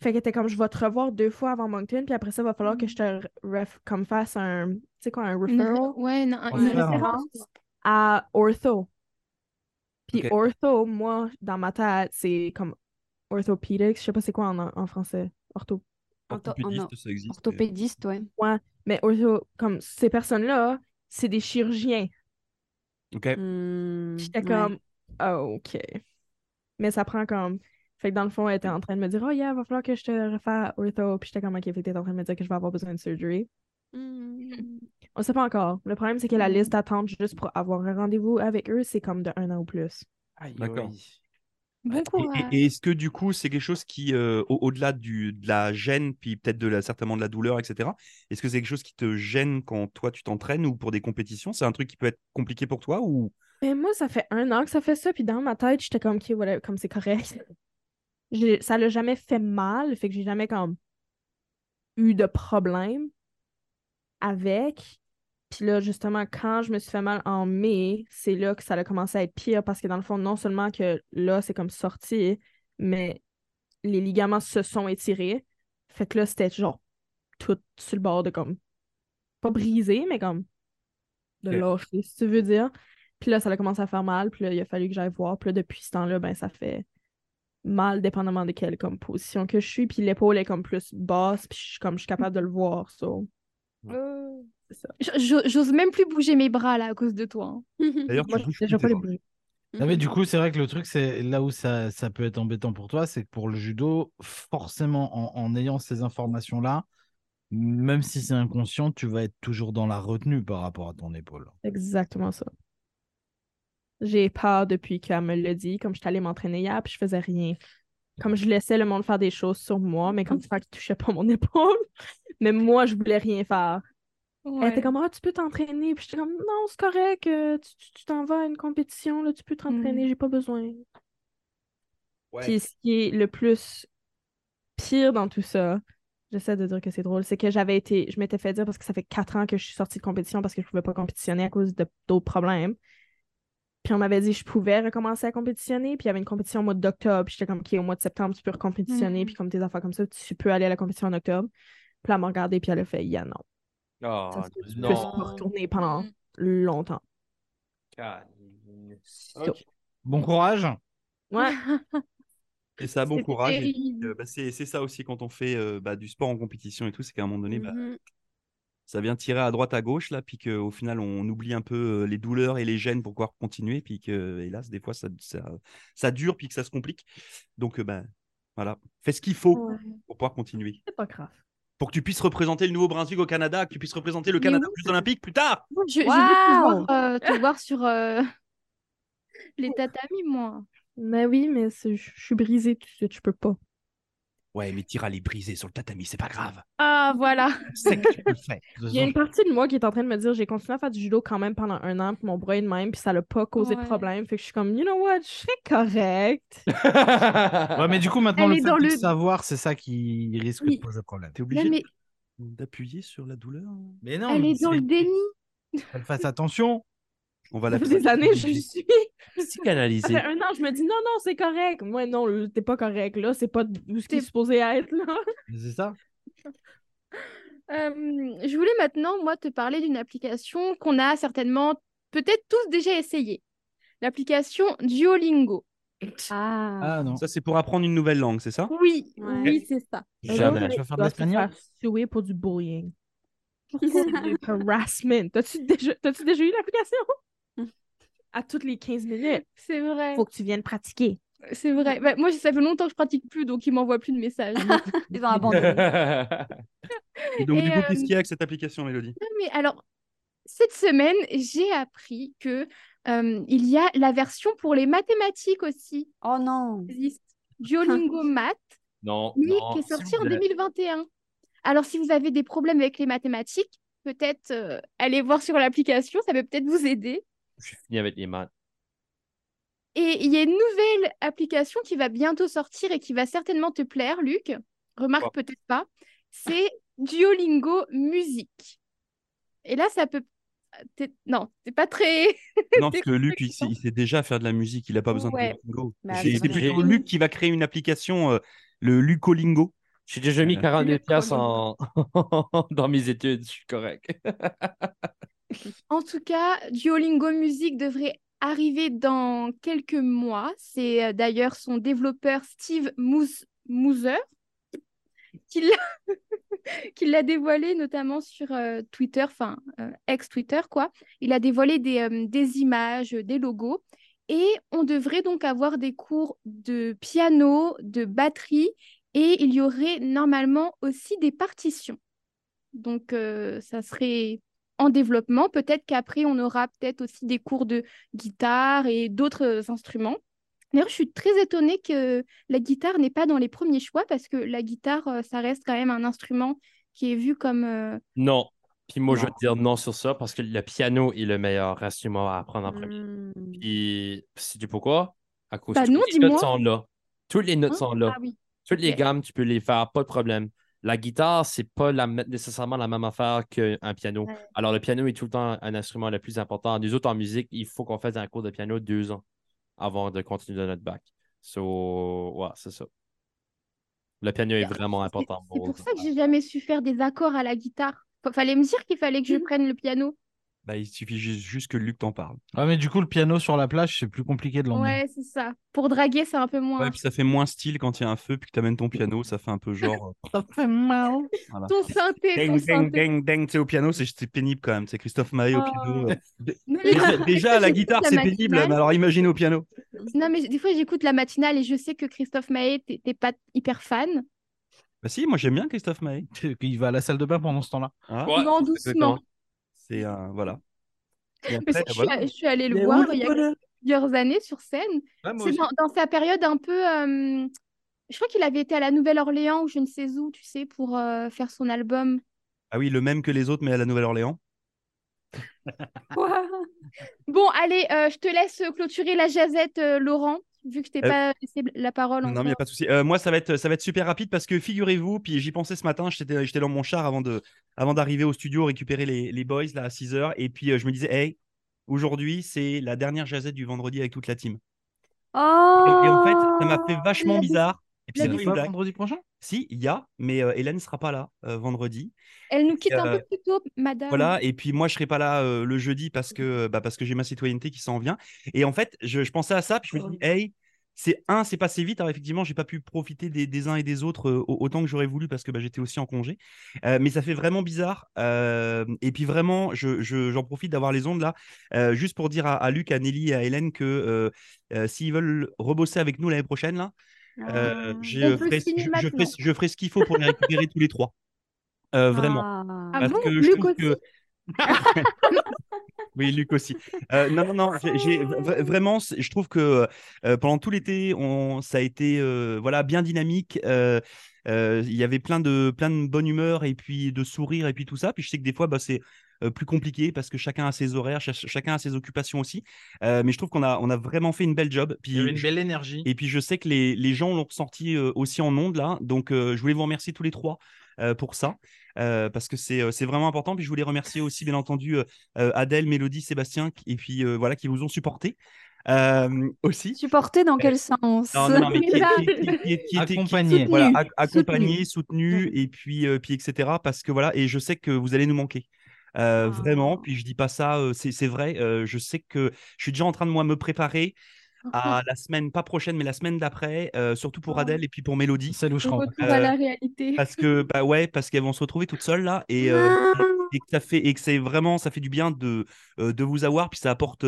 Speaker 7: Fait qu'elle était comme, je vais te revoir deux fois avant Moncton, puis après ça, il va falloir que je te re- ref- comme fasse un, tu sais quoi, un
Speaker 1: Une-
Speaker 7: referral
Speaker 1: Ouais, non, un-
Speaker 5: On
Speaker 1: une
Speaker 5: va faire un-
Speaker 1: référence.
Speaker 7: à ortho. Puis
Speaker 3: Ok.
Speaker 7: ortho, moi, dans ma tête, c'est comme orthopédique. Je sais pas c'est quoi en, en français, ortho.
Speaker 2: Ortho- en or-
Speaker 3: ça existe.
Speaker 2: Orthopédiste, ouais.
Speaker 7: Mais ortho, comme ces personnes-là, c'est des chirurgiens.
Speaker 3: Ok.
Speaker 2: Hmm,
Speaker 7: J'étais
Speaker 2: ouais.
Speaker 7: comme, Ah, OK. Mais ça prend comme. Fait que dans le fond, elle était en train de me dire, oh yeah, va falloir que je te refasse ortho. Puis j'étais comme, OK, fait que t'es en train de me dire que je vais avoir besoin de surgery.
Speaker 2: Hmm.
Speaker 7: On sait pas encore. Le problème, c'est que la liste d'attente juste pour avoir un rendez-vous avec eux, c'est comme de un an ou plus.
Speaker 4: Aïe,
Speaker 3: D'accord.
Speaker 4: aïe.
Speaker 1: Bon
Speaker 3: Et-
Speaker 2: hein.
Speaker 1: courage.
Speaker 3: Et, et est-ce que du coup, c'est quelque chose qui, euh, au- au-delà du, de la gêne, puis peut-être de la, certainement de la douleur, etc., est-ce que c'est quelque chose qui te gêne quand toi tu t'entraînes ou pour des compétitions C'est un truc qui peut être compliqué pour toi ou
Speaker 7: Mais Ben, moi, ça fait un an que ça fait ça. Puis dans ma tête, j'étais comme, OK, voilà, comme c'est correct. J'ai- Ça l'a jamais fait mal. Fait que j'ai jamais comme eu de problème avec. Puis là, justement, quand je me suis fait mal en mai, c'est là que ça a commencé à être pire parce que dans le fond, non seulement que là, c'est comme sorti, mais les ligaments se sont étirés. Fait que là, c'était genre tout sur le bord de comme. Pas brisé, mais comme. De
Speaker 3: Ok.
Speaker 7: lâcher, si tu veux dire. Puis là, ça a commencé à faire mal. Puis là, il a fallu que j'aille voir. Puis là, depuis ce temps-là, ben, ça fait mal dépendamment de quelle comme, position que je suis. Puis l'épaule est comme plus basse. Puis je suis comme, je suis capable de le voir. so.
Speaker 1: J- j- J'ose même plus bouger mes bras là à cause de toi. hein.
Speaker 3: D'ailleurs, tu
Speaker 7: Moi,
Speaker 3: bouges
Speaker 7: je
Speaker 3: plus
Speaker 7: vais pas
Speaker 3: tes
Speaker 7: les
Speaker 3: bras.
Speaker 7: bouger.
Speaker 5: Non, mais du coup, c'est vrai que le truc, c'est là où ça, ça peut être embêtant pour toi, c'est que pour le judo, forcément, en, en ayant ces informations-là, même si c'est inconscient, tu vas être toujours dans la retenue par rapport à ton épaule.
Speaker 7: Exactement ça. J'ai peur depuis qu'elle me l'a dit, comme j'étais allée m'entraîner hier, puis je faisais rien. Comme je laissais le monde faire des choses sur moi, mais comme ça, qui touchait pas mon épaule. Mais moi, je voulais rien faire. Elle était comme, ah, tu peux t'entraîner. Puis j'étais comme, non, c'est correct, euh, tu tu- tu t'en vas à une compétition, là, tu peux t'entraîner, j'ai pas besoin. Puis ce qui est le plus pire dans tout ça, j'essaie de dire que c'est drôle, c'est que j'avais été, je m'étais fait dire parce que ça fait quatre ans que je suis sortie de compétition parce que je pouvais pas compétitionner à cause de- d'autres problèmes. Puis on m'avait dit que je pouvais recommencer à compétitionner, puis il y avait une compétition au mois d'octobre, puis j'étais comme, OK, au mois de septembre, tu peux recompétitionner,
Speaker 1: Mhm.
Speaker 7: puis comme tes affaires comme ça, tu peux aller à la compétition en octobre. Puis elle m'a regardé, puis elle a fait, yeah, non.
Speaker 4: Oh,
Speaker 7: Ça, c'est
Speaker 4: non.
Speaker 7: Que je peux retourner pendant longtemps. So-
Speaker 5: Bon courage.
Speaker 7: Ouais.
Speaker 3: Et ça, bon
Speaker 1: C'était
Speaker 3: courage. Et puis,
Speaker 1: terrible.
Speaker 3: euh, bah, c'est c'est ça aussi quand on fait euh, bah, du sport en compétition et tout, c'est qu'à un moment donné, bah,
Speaker 7: Mmh
Speaker 3: ça vient tirer à droite, à gauche, là, puis qu'au final, on oublie un peu euh, les douleurs et les gènes pour pouvoir continuer, puis que, hélas, des fois, ça, ça, ça dure, puis que ça se complique. Donc, euh, bah, voilà, fais ce qu'il faut
Speaker 7: Ouais.
Speaker 3: pour pouvoir continuer.
Speaker 7: C'est pas grave.
Speaker 3: Pour que tu puisses représenter le Nouveau-Brunswick au Canada, que tu puisses représenter le
Speaker 1: Mais
Speaker 3: Canada
Speaker 1: oui,
Speaker 3: aux Jeux Olympiques plus tard.
Speaker 1: Moi, Je, je veux te voir, euh, te voir sur euh, les tatamis, moi.
Speaker 7: Mais Ben oui, mais c'est- je je suis brisée tout de suite, je peux pas.
Speaker 3: Ouais, mais t'iras les briser sur le tatami, c'est pas grave.
Speaker 1: Ah, voilà.
Speaker 5: C'est que tu le fais. De toute
Speaker 7: Il y a une
Speaker 5: façon,
Speaker 7: partie de moi qui est en train de me dire j'ai continué à faire du judo quand même pendant un an, puis mon bras est de même, puis ça l'a pas causé de
Speaker 1: Ouais.
Speaker 7: problème. Fait que je suis comme, you know what, je suis correct.
Speaker 5: Ouais, mais du coup,
Speaker 1: Elle
Speaker 5: maintenant, le
Speaker 1: est
Speaker 5: fait
Speaker 1: dans
Speaker 5: de
Speaker 1: le-
Speaker 5: savoir, c'est ça qui risque
Speaker 1: Oui.
Speaker 5: de poser problème.
Speaker 3: T'es
Speaker 1: Là,
Speaker 3: obligé
Speaker 1: mais
Speaker 3: d'appuyer sur la douleur.
Speaker 5: Mais non,
Speaker 1: elle
Speaker 5: mais
Speaker 1: est dans le
Speaker 5: c'est-
Speaker 1: déni.
Speaker 5: qu'elle fasse attention.
Speaker 3: On va
Speaker 7: Ça fait
Speaker 3: l'appeler.
Speaker 7: des années, je suis. Ça
Speaker 4: Psychanalysé.
Speaker 7: fait un an, je me dis non, non, c'est correct. Moi, non, le- t'es pas correct. Là, c'est pas où ce qui est
Speaker 1: T'es-
Speaker 7: supposé être, là.
Speaker 5: Mais C'est ça
Speaker 1: Euh, je voulais maintenant, moi, te parler d'une application qu'on a certainement, peut-être tous déjà essayé. L'application Duolingo.
Speaker 2: Ah.
Speaker 5: Ah non.
Speaker 3: Ça, c'est pour apprendre une nouvelle langue, c'est ça
Speaker 1: Oui,
Speaker 7: Ouais.
Speaker 1: oui, c'est ça.
Speaker 4: Jamais.
Speaker 5: Tu vas faire de
Speaker 7: Dois se
Speaker 5: l'espagnol
Speaker 7: faire suer pour du bullying. Pour du harassment. T'as-tu déjà... t'as-tu déjà eu l'application? à toutes les 15 minutes.
Speaker 1: C'est vrai.
Speaker 7: Faut que tu viennes pratiquer.
Speaker 1: C'est vrai. Bah, moi, ça fait longtemps que je pratique plus, donc ils m'envoient plus de messages. Ah,
Speaker 2: Ils ont abandonné.
Speaker 3: Et donc,
Speaker 1: Et,
Speaker 3: du coup,
Speaker 1: euh,
Speaker 3: qu'est-ce qu'il y a avec cette application, Mélodie
Speaker 1: Non, mais alors, cette semaine, j'ai appris que euh, il y a la version pour les mathématiques aussi.
Speaker 2: oh non.
Speaker 1: qui existe. Duolingo Math,
Speaker 4: non,
Speaker 1: mais
Speaker 4: non,
Speaker 1: qui est
Speaker 4: s'il
Speaker 1: sortie
Speaker 4: vous
Speaker 1: en
Speaker 4: plaît.
Speaker 1: 2021. Alors, si vous avez des problèmes avec les mathématiques, peut-être euh, allez voir sur l'application, ça peut peut-être vous aider.
Speaker 4: Je suis fini avec les maths.
Speaker 1: Et il y a une nouvelle application qui va bientôt sortir et qui va certainement te plaire, Luc. Remarque
Speaker 4: Quoi
Speaker 1: peut-être pas. C'est Duolingo Musique. Et là, ça peut... euh, t'es- Non, c'est pas très...
Speaker 3: Non, parce
Speaker 1: T'es
Speaker 3: que Luc, il,
Speaker 1: compétent.
Speaker 3: sait- il sait déjà faire de la musique, il n'a pas besoin
Speaker 1: Ouais. Bah
Speaker 3: de Duolingo.
Speaker 2: Mais
Speaker 3: C'est c'est
Speaker 2: absolument.
Speaker 3: plutôt Luc qui va créer une application, euh, le Lucolingo.
Speaker 4: J'ai déjà mis
Speaker 3: Euh,
Speaker 4: 40 000
Speaker 1: le
Speaker 4: piastres en... dans mes études, je suis correct.
Speaker 1: En tout cas, Duolingo Music devrait arriver dans quelques mois. C'est euh, d'ailleurs son développeur Steve Moos- Mooser qui l'a qui l'a dévoilé notamment sur euh, Twitter, enfin euh, ex-Twitter quoi. Il a dévoilé des, euh, des images, euh, des logos. Et on devrait donc avoir des cours de piano, de batterie, et il y aurait normalement aussi des partitions. Donc euh, ça serait en développement. Peut-être qu'après, on aura peut-être aussi des cours de guitare et d'autres euh, instruments. D'ailleurs, je suis très étonnée que la guitare n'est pas dans les premiers choix parce que la guitare, euh, ça reste quand même un instrument qui est vu comme... euh,
Speaker 4: Non. Puis moi, je
Speaker 2: Non.
Speaker 4: vais te dire non sur ça parce que le piano est le meilleur instrument à apprendre en premier.
Speaker 2: Mm.
Speaker 4: Et si tu pourquoi? À
Speaker 1: Hmm.
Speaker 4: cause
Speaker 1: Bah
Speaker 4: toutes
Speaker 1: non,
Speaker 4: les notes
Speaker 1: dis-moi.
Speaker 4: sont là. Toutes les notes
Speaker 1: hein
Speaker 4: sont là.
Speaker 1: Ah oui.
Speaker 4: Toutes les
Speaker 1: Ok.
Speaker 4: gammes, tu peux les faire, pas de problème. la guitare, c'est pas la, m- nécessairement la même affaire qu'un piano.
Speaker 1: Ouais.
Speaker 4: Alors, le piano est tout le temps un instrument le plus important. Nous autres, en musique, il faut qu'on fasse un cours de piano deux ans avant de continuer dans notre bac. So, ouais, c'est ça. Le piano est
Speaker 1: Mais
Speaker 4: vraiment
Speaker 1: C'est
Speaker 4: important
Speaker 1: c'est
Speaker 4: pour
Speaker 1: pour ça que j'ai jamais su faire des accords à la guitare. Fa- Fallait me dire qu'il fallait que je prenne le piano.
Speaker 3: Bah, il suffit juste, juste que Luc t'en parle.
Speaker 5: Ah, mais du coup, le piano sur la plage, c'est plus compliqué de l'emmener.
Speaker 1: Ouais, c'est ça. Pour draguer, c'est un peu moins.
Speaker 3: Ouais, puis ça fait moins style quand il y a un feu, puis que t'amènes ton piano, ça fait un peu genre. euh,
Speaker 5: Ça fait mal.
Speaker 3: voilà.
Speaker 1: Ton synthé, ton
Speaker 3: Ding, ding,
Speaker 1: synthé.
Speaker 3: ding, ding. Tu sais, au piano, c'est c'est pénible quand même. C'est Christophe Maé au
Speaker 1: Ah.
Speaker 3: piano. euh, dé-
Speaker 1: Non, mais
Speaker 3: Déjà,
Speaker 1: des fois,
Speaker 3: déjà, à la
Speaker 1: j'écoute
Speaker 3: guitare, c'est
Speaker 1: matinale.
Speaker 3: pénible, mais alors imagine au piano.
Speaker 1: Non, mais des fois, j'écoute la matinale et je sais que Christophe Maé, t'es t'es pas hyper fan.
Speaker 3: Bah si, moi j'aime bien Christophe Maé.
Speaker 5: Il va à la salle de bain pendant ce temps-là.
Speaker 3: Hein
Speaker 4: Ouais,
Speaker 1: Vends
Speaker 4: exactement.
Speaker 1: doucement.
Speaker 3: C'est un. Voilà. Et
Speaker 1: Mais ça,
Speaker 3: après,
Speaker 1: je, suis,
Speaker 3: voilà.
Speaker 1: je suis allée le voir il y a plusieurs années sur scène.
Speaker 3: Ouais, moi
Speaker 1: C'est
Speaker 3: aussi.
Speaker 1: dans, dans sa période un peu. euh, je crois qu'il avait été à la Nouvelle-Orléans ou je ne sais où, tu sais, pour euh, faire son album.
Speaker 3: Ah oui, le même que les autres, mais à la Nouvelle-Orléans.
Speaker 1: Bon, allez, euh, je te laisse clôturer la jazette, euh, Laurent, vu que je t'ai
Speaker 3: Euh,
Speaker 1: pas laissé la parole.
Speaker 3: Non, mais il n'y a
Speaker 1: encore.
Speaker 3: pas de souci. Euh, moi, ça va, être, ça va être super rapide parce que figurez-vous, puis j'y pensais ce matin, j'étais j'étais dans mon char avant de avant d'arriver au studio, récupérer les, les boys là à 6h. Et puis euh, je me disais, hey, aujourd'hui, c'est la dernière jazette du vendredi avec toute la team.
Speaker 2: Oh!
Speaker 3: Et, et en fait, ça m'a fait vachement
Speaker 1: Oh, la-
Speaker 3: bizarre. Et puis
Speaker 1: la-
Speaker 3: c'est pas une
Speaker 5: pas
Speaker 3: blague.
Speaker 5: vendredi prochain
Speaker 3: Si, il y a, mais euh, Hélène ne sera pas là euh, vendredi.
Speaker 1: Elle nous quitte un
Speaker 3: Euh,
Speaker 1: peu plus tôt, madame.
Speaker 3: Voilà, et puis moi je serai pas là euh, le jeudi parce que bah, parce que j'ai ma citoyenneté qui s'en vient. Et en fait, je, je pensais à ça, puis je me dis, hey, c'est un, c'est passé vite. Alors effectivement, j'ai pas pu profiter des, des uns et des autres euh, au- autant que j'aurais voulu parce que bah, j'étais aussi en congé. Euh, mais ça fait vraiment bizarre. Euh, et puis vraiment, je, je- j'en profite d'avoir les ondes là, euh, juste pour dire à, à Luc, à Nelly et à Hélène que euh, euh, s'ils veulent rebosser avec nous l'année prochaine là, euh, je,
Speaker 1: Ah, On peut
Speaker 3: ferai,
Speaker 1: signer
Speaker 3: je- je
Speaker 1: maintenant.
Speaker 3: ferai- je ferai ce qu'il faut pour les récupérer tous les trois. Euh, vraiment.
Speaker 1: Ah
Speaker 3: Parce
Speaker 1: bon,
Speaker 3: que je
Speaker 1: Luc
Speaker 3: trouve
Speaker 1: aussi
Speaker 3: que. oui, Luc aussi. Euh, non, non, non. j'ai- j'ai- vra- vraiment, c'est- je trouve que euh, pendant tout l'été, on, ça a été euh, voilà bien dynamique. euh, euh, Il y avait plein de plein de bonne humeur et puis de sourires et puis tout ça. Puis je sais que des fois, bah, c'est euh, plus compliqué parce que chacun a ses horaires, ch- chacun a ses occupations aussi. Euh, mais je trouve qu'on a on a vraiment fait une belle job. Puis
Speaker 5: Il y avait une
Speaker 3: je-
Speaker 5: belle énergie.
Speaker 3: et puis je sais que les, les gens l'ont ressenti euh, aussi en ondes là. Donc euh, je voulais vous remercier tous les trois euh, pour ça. euh, parce que c'est euh, c'est vraiment important. Puis je voulais remercier aussi, bien entendu, euh, euh, Adèle, Mélodie, Sébastien, qui- et puis euh, voilà, qui vous ont supporté aussi.
Speaker 2: Supporté dans quel sens
Speaker 3: Non, non, non, mais qui,
Speaker 1: Ça.
Speaker 3: qui- qui- qui- qui était- qui-
Speaker 5: Accompagné.
Speaker 3: voilà,
Speaker 1: Soutenu.
Speaker 3: ac- accompagné, soutenu, et puis, euh, puis etc. Parce que voilà, et je sais que vous allez nous manquer. Euh,
Speaker 2: Ah.
Speaker 3: Vraiment, puis je dis pas ça, euh, c'est c'est vrai. euh, je sais que je suis déjà en train de moi me préparer à la semaine, pas prochaine, mais la semaine d'après, euh, surtout pour
Speaker 1: Ah.
Speaker 3: Adèle et puis pour Mélodie.
Speaker 5: Celle où je
Speaker 1: Le
Speaker 5: rentre.
Speaker 1: retour à
Speaker 3: Euh,
Speaker 1: la réalité.
Speaker 3: Parce que, bah ouais, parce qu'elles vont se retrouver toutes seules là. Et, euh, et que ça fait, et que c'est vraiment, ça fait du bien de, euh, de vous avoir. Puis ça apporte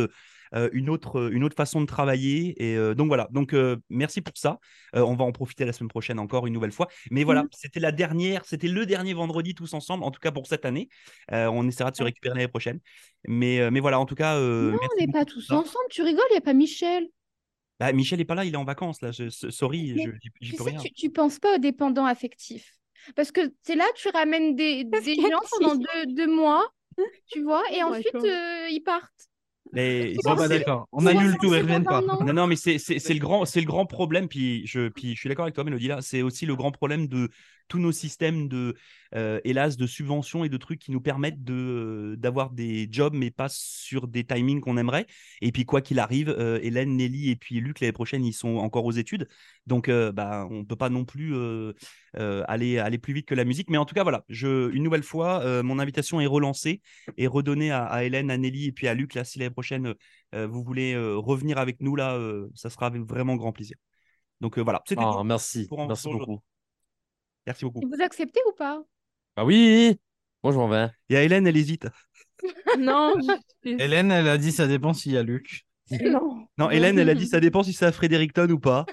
Speaker 3: euh, une, autre, une autre façon de travailler. Et euh, donc voilà. Donc euh, merci pour ça. Euh, on va en profiter la semaine prochaine encore une nouvelle fois. Mais
Speaker 1: Mmh.
Speaker 3: voilà, c'était la dernière, c'était le dernier vendredi tous ensemble, en tout cas pour cette année. Euh, on essaiera de se récupérer l'année prochaine. Mais, euh, mais voilà, en tout cas.
Speaker 1: Non,
Speaker 3: euh, merci
Speaker 1: on n'est
Speaker 3: beaucoup
Speaker 1: pas
Speaker 3: pour
Speaker 1: tous
Speaker 3: ça.
Speaker 1: ensemble, tu rigoles, il n'y a pas Michel.
Speaker 3: Bah, Michel est pas là, il est en vacances là. Je, je- sorry,
Speaker 1: Mais
Speaker 3: je- j'y- j'y
Speaker 1: Tu
Speaker 3: peux
Speaker 1: sais,
Speaker 3: rien.
Speaker 1: tu, tu penses pas aux dépendants affectifs. Parce que c'est là, tu ramènes des, des gens pendant deux, deux mois, tu vois, et
Speaker 7: Oh my
Speaker 1: ensuite,
Speaker 7: God.
Speaker 1: euh, ils partent.
Speaker 3: Mais
Speaker 1: tu
Speaker 5: Bon, bah
Speaker 1: penses-
Speaker 5: d'accord. On
Speaker 1: tu
Speaker 5: annule
Speaker 1: penses
Speaker 5: tout,
Speaker 1: que
Speaker 5: ils
Speaker 1: c'est
Speaker 5: reviennent pas.
Speaker 1: pendant un an
Speaker 3: Non, non, mais c'est c'est- c'est le, grand- c'est le grand problème, puis je, puis je suis d'accord avec toi, Mélodie, là, c'est aussi le grand problème de tous nos systèmes de, euh, hélas, de subventions et de trucs qui nous permettent de- euh, d'avoir des jobs, mais pas sur des timings qu'on aimerait. Et puis, quoi qu'il arrive, euh, Hélène, Nelly et puis Luc, l'année prochaine, ils sont encore aux études. Donc, euh, bah, on ne peut pas non plus euh, euh, aller, aller plus vite que la musique. Mais en tout cas, voilà, je, une nouvelle fois, euh, mon invitation est relancée et redonnée à, à Hélène, à Nelly et puis à Luc, là, si l'année prochaine, euh, vous voulez euh, revenir avec nous là, euh, ça sera avec vraiment grand plaisir. Donc euh, voilà, c'était
Speaker 4: Ah,
Speaker 3: tout.
Speaker 4: merci.
Speaker 3: Pour en-
Speaker 4: merci
Speaker 3: pour
Speaker 4: beaucoup.
Speaker 3: Merci beaucoup.
Speaker 1: Vous acceptez ou pas
Speaker 4: Ah oui, moi je m'en vais.
Speaker 3: Et à Hélène, elle hésite.
Speaker 7: Non, je-
Speaker 5: Hélène, elle a dit ça dépend s'il y a Luc.
Speaker 7: non.
Speaker 3: Non, Hélène, elle a dit ça dépend si c'est à Fredericton ou pas.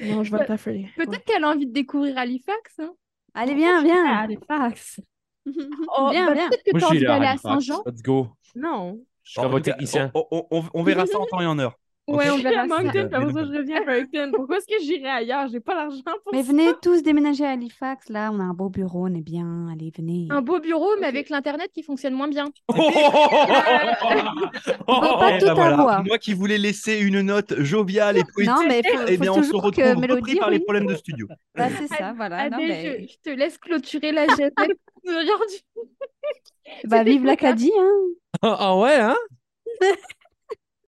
Speaker 7: Non, je vais
Speaker 1: Pe-
Speaker 7: t'affoler.
Speaker 1: Peut-être qu'elle a envie de découvrir Halifax. hein.
Speaker 2: Allez, viens, viens.
Speaker 7: Halifax.
Speaker 1: Oh,
Speaker 2: Viens,
Speaker 1: bah,
Speaker 2: viens.
Speaker 1: Peut-être que tu
Speaker 4: Moi je
Speaker 1: as
Speaker 4: suis
Speaker 1: envie
Speaker 4: là.
Speaker 1: d'aller à
Speaker 4: Halifax.
Speaker 1: Saint-Jean.
Speaker 4: Let's go.
Speaker 7: Non.
Speaker 4: Je suis comme
Speaker 3: En tout cas,
Speaker 4: technicien.
Speaker 3: On, on- on- on verra ça en temps et en heure.
Speaker 7: Ouais,
Speaker 3: Ok.
Speaker 7: on verra à
Speaker 3: ça.
Speaker 7: Moncton, puis après
Speaker 3: Mais
Speaker 7: ça,
Speaker 3: non.
Speaker 7: je reviens à Burlington. Pourquoi est-ce que j'irai ailleurs? J'ai pas l'argent pour
Speaker 2: Mais
Speaker 7: ça.
Speaker 2: venez tous déménager à Halifax, là, on a un beau bureau, on est bien, allez, venez.
Speaker 1: Un beau bureau, mais avec l'Internet qui fonctionne moins bien.
Speaker 2: On peut pas
Speaker 3: Eh
Speaker 2: tout
Speaker 3: ben voilà.
Speaker 2: avoir.
Speaker 3: Moi qui voulais laisser une note joviale et poétique,
Speaker 2: Non, mais faut,
Speaker 3: eh
Speaker 2: faut
Speaker 3: bien, on se
Speaker 2: toujours
Speaker 3: retrouve
Speaker 2: que
Speaker 3: repris
Speaker 2: Mélodie,
Speaker 3: par les
Speaker 2: oui.
Speaker 3: problèmes de studio.
Speaker 2: Bah, c'est ça, voilà.
Speaker 7: Ah
Speaker 1: Adèle,
Speaker 2: non, mais-
Speaker 1: je, je te laisse clôturer la gazette d'aujourd'hui.
Speaker 2: Bah,
Speaker 1: C'était
Speaker 2: vive
Speaker 1: cool, hein.
Speaker 2: l'Acadie, hein.
Speaker 4: Ah ouais, hein?